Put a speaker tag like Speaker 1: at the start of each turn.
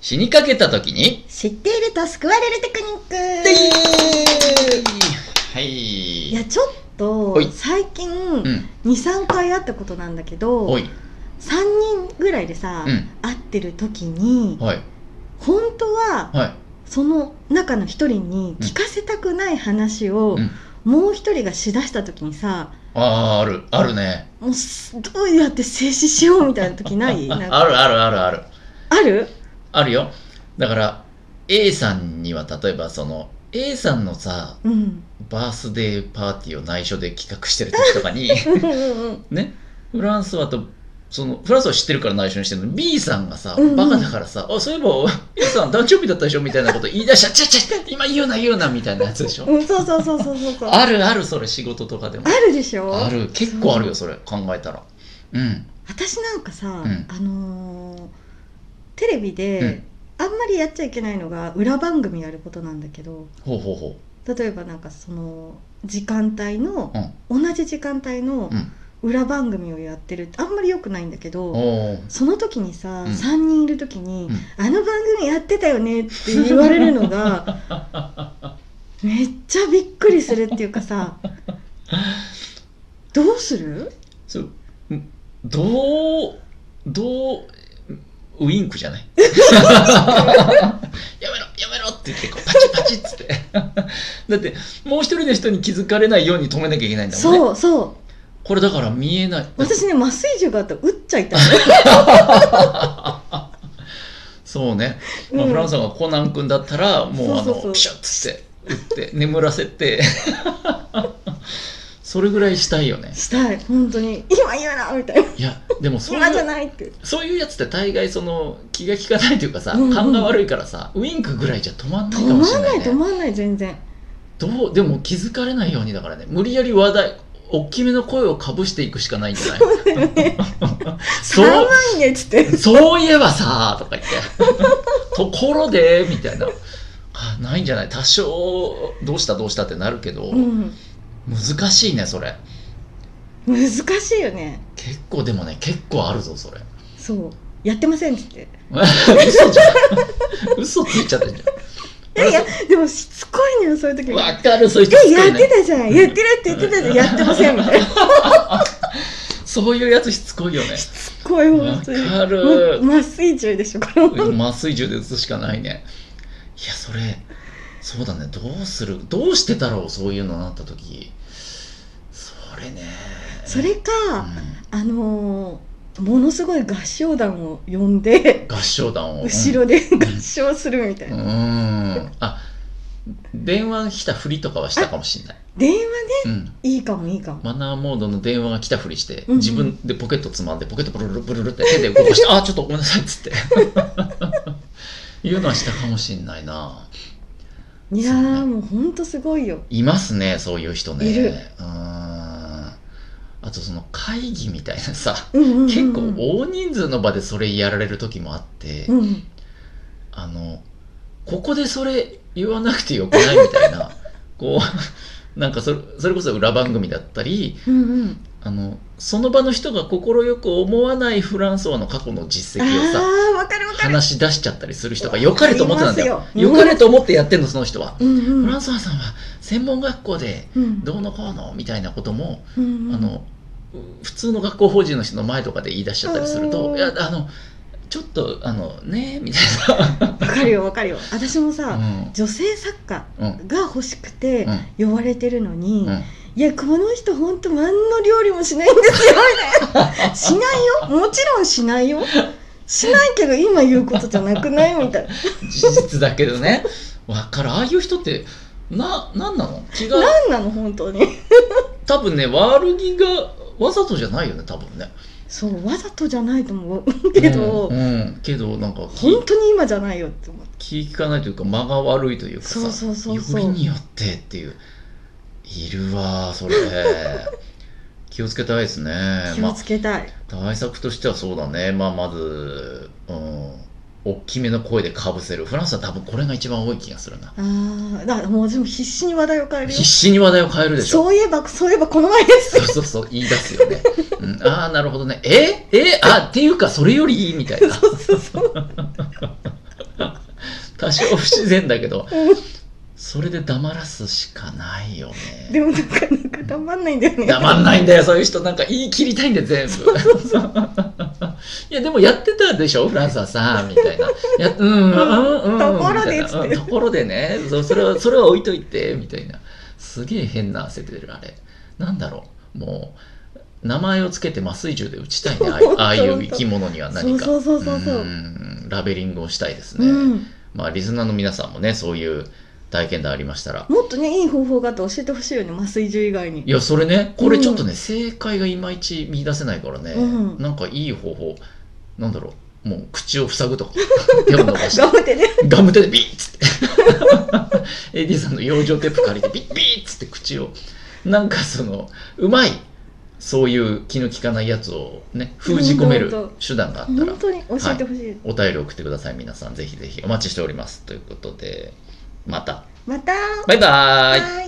Speaker 1: 死にかけた時に、
Speaker 2: 知っていると救われるテクニ
Speaker 1: てい
Speaker 2: ック
Speaker 1: はい。
Speaker 2: いやちょっと
Speaker 1: ほい
Speaker 2: 最近
Speaker 1: うん。
Speaker 2: 23回あったことなんだけど
Speaker 1: お
Speaker 2: 3
Speaker 1: い。
Speaker 2: 人ぐらいでさ、
Speaker 1: うん。
Speaker 2: 会ってる時に
Speaker 1: はい。
Speaker 2: 本当は
Speaker 1: はい。
Speaker 2: その中の一人に聞かせたくない話を
Speaker 1: うん
Speaker 2: もう一人がしだした時にさ
Speaker 1: ああ、ある。あるね。
Speaker 2: もうすどうやって静止しようみたいな時ない
Speaker 1: あ
Speaker 2: なん
Speaker 1: あ
Speaker 2: か
Speaker 1: るあるあるある。
Speaker 2: ある
Speaker 1: あるよ。だから、A さんには例えばその、A さんのさ、
Speaker 2: うん
Speaker 1: バースデーパーティーを内緒で企画してる時とか に、
Speaker 2: うんうんうん
Speaker 1: ね、フランスはと、そのフランスは知ってるから内緒にしてるのに B さんがさ、
Speaker 2: うんうん
Speaker 1: バカだからさ「あそういえば A さん誕生日だったでしょ」みたいなこと言い出した「ちゃちゃちゃ今言うな言うな」みたいなやつでしょ
Speaker 2: うんそうそうそうそうそうそう
Speaker 1: あるあるそれ仕事とかでも
Speaker 2: あるでしょ
Speaker 1: ある結構あるよそれ考えたらうん
Speaker 2: 私なんかさ、
Speaker 1: うん
Speaker 2: あのーテレビ
Speaker 1: う
Speaker 2: で
Speaker 1: ん、
Speaker 2: あんまりやっちゃいけないのが裏番組やることなんだけど
Speaker 1: ほうほうほ
Speaker 2: 例えばなんかその時間帯の
Speaker 1: う、うん、
Speaker 2: 同じ時間帯の
Speaker 1: うん
Speaker 2: 裏番組をやってるってあんまり良くないんだけど、
Speaker 1: おー
Speaker 2: その時に
Speaker 1: う
Speaker 2: さ、
Speaker 1: ん
Speaker 2: 3人いる時に、
Speaker 1: う
Speaker 2: あの番組やってたよね」って言われる のがめっちゃびっくりするっていうかさどうする
Speaker 1: そううんどうどうウインクじゃない やめろやめろって言ってこうパチパチっつって だってもう一人の人に気づかれないように止めなきゃいけないんだもんね
Speaker 2: そうそう
Speaker 1: これだから見えない
Speaker 2: 私ね麻酔銃があったら打っち ゃいたい、
Speaker 1: そうね、
Speaker 2: うん
Speaker 1: まあフランスがコナン君だったらもうあの
Speaker 2: そうそうそう
Speaker 1: ピシャッつって打 って眠らせて それぐらいしたいよね
Speaker 2: したい本当に今言うなみたいない
Speaker 1: やで もそういう
Speaker 2: 今じゃないって
Speaker 1: そういうやつって大概その気が利かないというかさ、
Speaker 2: うんうん
Speaker 1: 勘が悪いからさウインクぐらいじゃ止まんない
Speaker 2: 止
Speaker 1: かもし
Speaker 2: ま
Speaker 1: れ
Speaker 2: ん
Speaker 1: な、
Speaker 2: ないい
Speaker 1: ね、
Speaker 2: 止まんない全然
Speaker 1: どうでも気づかれないようにだからね無理やり話題大きめの声をかぶしていくしかないんじゃない
Speaker 2: そうだよね3
Speaker 1: そ
Speaker 2: 万
Speaker 1: う
Speaker 2: 円っつって
Speaker 1: そういえばさとか言って「ところで」みたいなあないんじゃない多少どうしたどうしたってなるけど、
Speaker 2: うん
Speaker 1: 難しいねそれ
Speaker 2: 難しいよね
Speaker 1: 結構でもね結構あるぞそれ
Speaker 2: そうやってませんっつって
Speaker 1: 嘘じゃん嘘ついちゃってんじ
Speaker 2: い
Speaker 1: ゃん
Speaker 2: やいやでもしつこいのよそういう時に
Speaker 1: わかるそういう人
Speaker 2: え
Speaker 1: つ
Speaker 2: や
Speaker 1: く
Speaker 2: っ
Speaker 1: ね
Speaker 2: てたじゃんやってるって言ってたじゃんやってませんみたいな
Speaker 1: そういうやつしつこいよね。
Speaker 2: こういう
Speaker 1: わ
Speaker 2: 本当に
Speaker 1: かる。
Speaker 2: ま麻酔銃でしょこれも
Speaker 1: 麻酔銃で打つしかないね。いや、それ、そうだね。どうするどうしてだろうそういうのなった時。それね。
Speaker 2: それ
Speaker 1: う
Speaker 2: か
Speaker 1: ん
Speaker 2: あのーものすごい合唱団を呼んで
Speaker 1: 合唱団を。
Speaker 2: 後ろで合唱するみたい
Speaker 1: うん。
Speaker 2: な、
Speaker 1: うん。あ、電話来たふりとかはしたかもしれない。
Speaker 2: 電話ね
Speaker 1: うん。
Speaker 2: いいかもいいかも
Speaker 1: マナーモードの電話が来たふりして、
Speaker 2: うんうん
Speaker 1: 自分でポケットつまんでポケットブルルブルルって手で動 かして「あちょっとごめんなさい」っつって いうのはしたかもしんないない
Speaker 2: や
Speaker 1: そ
Speaker 2: ー
Speaker 1: う
Speaker 2: もうほんとすごいよ
Speaker 1: いますねそういう人ね
Speaker 2: いる
Speaker 1: うーんあとその会議みたいなさ
Speaker 2: うんうんうんうん
Speaker 1: 結構大人数の場でそれやられる時もあって、
Speaker 2: うん
Speaker 1: あのここでそれ言わなくてよくないみたい なこうなんかそれそれこそ裏番組だったり、
Speaker 2: うんうん
Speaker 1: あのその場の人が快く思わないフランソワの過去の実
Speaker 2: あ
Speaker 1: 績をさ
Speaker 2: ーわかるわかる
Speaker 1: 話し出しちゃったりする人が良かれと思ってたんだよ
Speaker 2: ありますよ
Speaker 1: 良かれと思ってやってんのその人は、
Speaker 2: うんうん
Speaker 1: フランソワさんは専門学校で
Speaker 2: うん
Speaker 1: どうのこうのみたいなことも、
Speaker 2: うんうん
Speaker 1: あのう普通の学校法人の人の前とかで言い出しちゃったりする
Speaker 2: う
Speaker 1: と
Speaker 2: ん
Speaker 1: いやあのちょっとあのねみたいな
Speaker 2: わかるよわかるよ私もさ、
Speaker 1: うん
Speaker 2: 女性作家
Speaker 1: うん
Speaker 2: が欲しくて
Speaker 1: うん
Speaker 2: 呼ばれてるのに、
Speaker 1: うん
Speaker 2: いやこの人ほんと何の料理もしないんですよみたいなしないよもちろんしないよしないけど今言うことじゃなくないみたいな
Speaker 1: 事実だけどねわかるああいう人ってななんなの気が
Speaker 2: 何なの本当に
Speaker 1: 多分ね悪気がわざとじゃないよね多分ね
Speaker 2: そうわざとじゃないと思うけど、
Speaker 1: うんうんけどなんか気
Speaker 2: 本当に今じゃないよって思って
Speaker 1: 気利かないというか間が悪いというかさ
Speaker 2: そうそうそうそう
Speaker 1: よりによってっていういるわそれ 気をつけたいですね
Speaker 2: 気
Speaker 1: ま
Speaker 2: を
Speaker 1: あ
Speaker 2: つけたい、
Speaker 1: 対策としてはそうだね、まあ、まず、うん、大きめの声でかぶせるフランスは多分これが一番多い気がするな
Speaker 2: ああーだからもうでも必死に話題を変えるよ
Speaker 1: 必死に話題を変えるでしょ
Speaker 2: そういえばそういえばこの前です
Speaker 1: そうそうそう、言い出すよね。うん、ああ、なるほどね。ええあっていうか、それよりいいみたいな。多少不自然だけど
Speaker 2: う
Speaker 1: それで黙らすしかないよ
Speaker 2: ん
Speaker 1: ね
Speaker 2: でもなんかなんかたまんないんだよね
Speaker 1: 黙んないんだよそういう人なんか言い切りたいんだよ全部いやでもやってたでしょフランスはさみたいな「やうんうんうん」
Speaker 2: ところで
Speaker 1: みたいなうん
Speaker 2: つって
Speaker 1: ところでねそうそれはそれは置いといてみたいなすげえ変な汗出るあれなんだろうもう名前をつけて麻酔銃で撃ちたい ねああいうああいう生き物には
Speaker 2: そ
Speaker 1: 何
Speaker 2: う
Speaker 1: か
Speaker 2: そうそうそうそうう、
Speaker 1: んラベリングをしたいです
Speaker 2: う
Speaker 1: ね、
Speaker 2: ん、
Speaker 1: まあリスナーの皆さんもねそういう体験談ありましたら
Speaker 2: もっとねいい方法があって教えてほしいよね麻酔銃以外に
Speaker 1: いやそれねこれちょっとね、正解がいまいち見出せないからね、
Speaker 2: うん
Speaker 1: なんかいい方法なんだろうもう口を塞ぐと か手を伸ばして
Speaker 2: 頑張ってね
Speaker 1: ガムテでビーッつって AD さんの養生テープ借りてビッビーッつって口をなんかそのうまいそういう気の利かないやつをね封じ込める
Speaker 2: うん本
Speaker 1: 手段があったら
Speaker 2: 本当に教えてほしい、
Speaker 1: お便り送ってください皆さんぜひぜひお待ちしておりますということでまた
Speaker 2: また
Speaker 1: バイバーイ
Speaker 2: ーい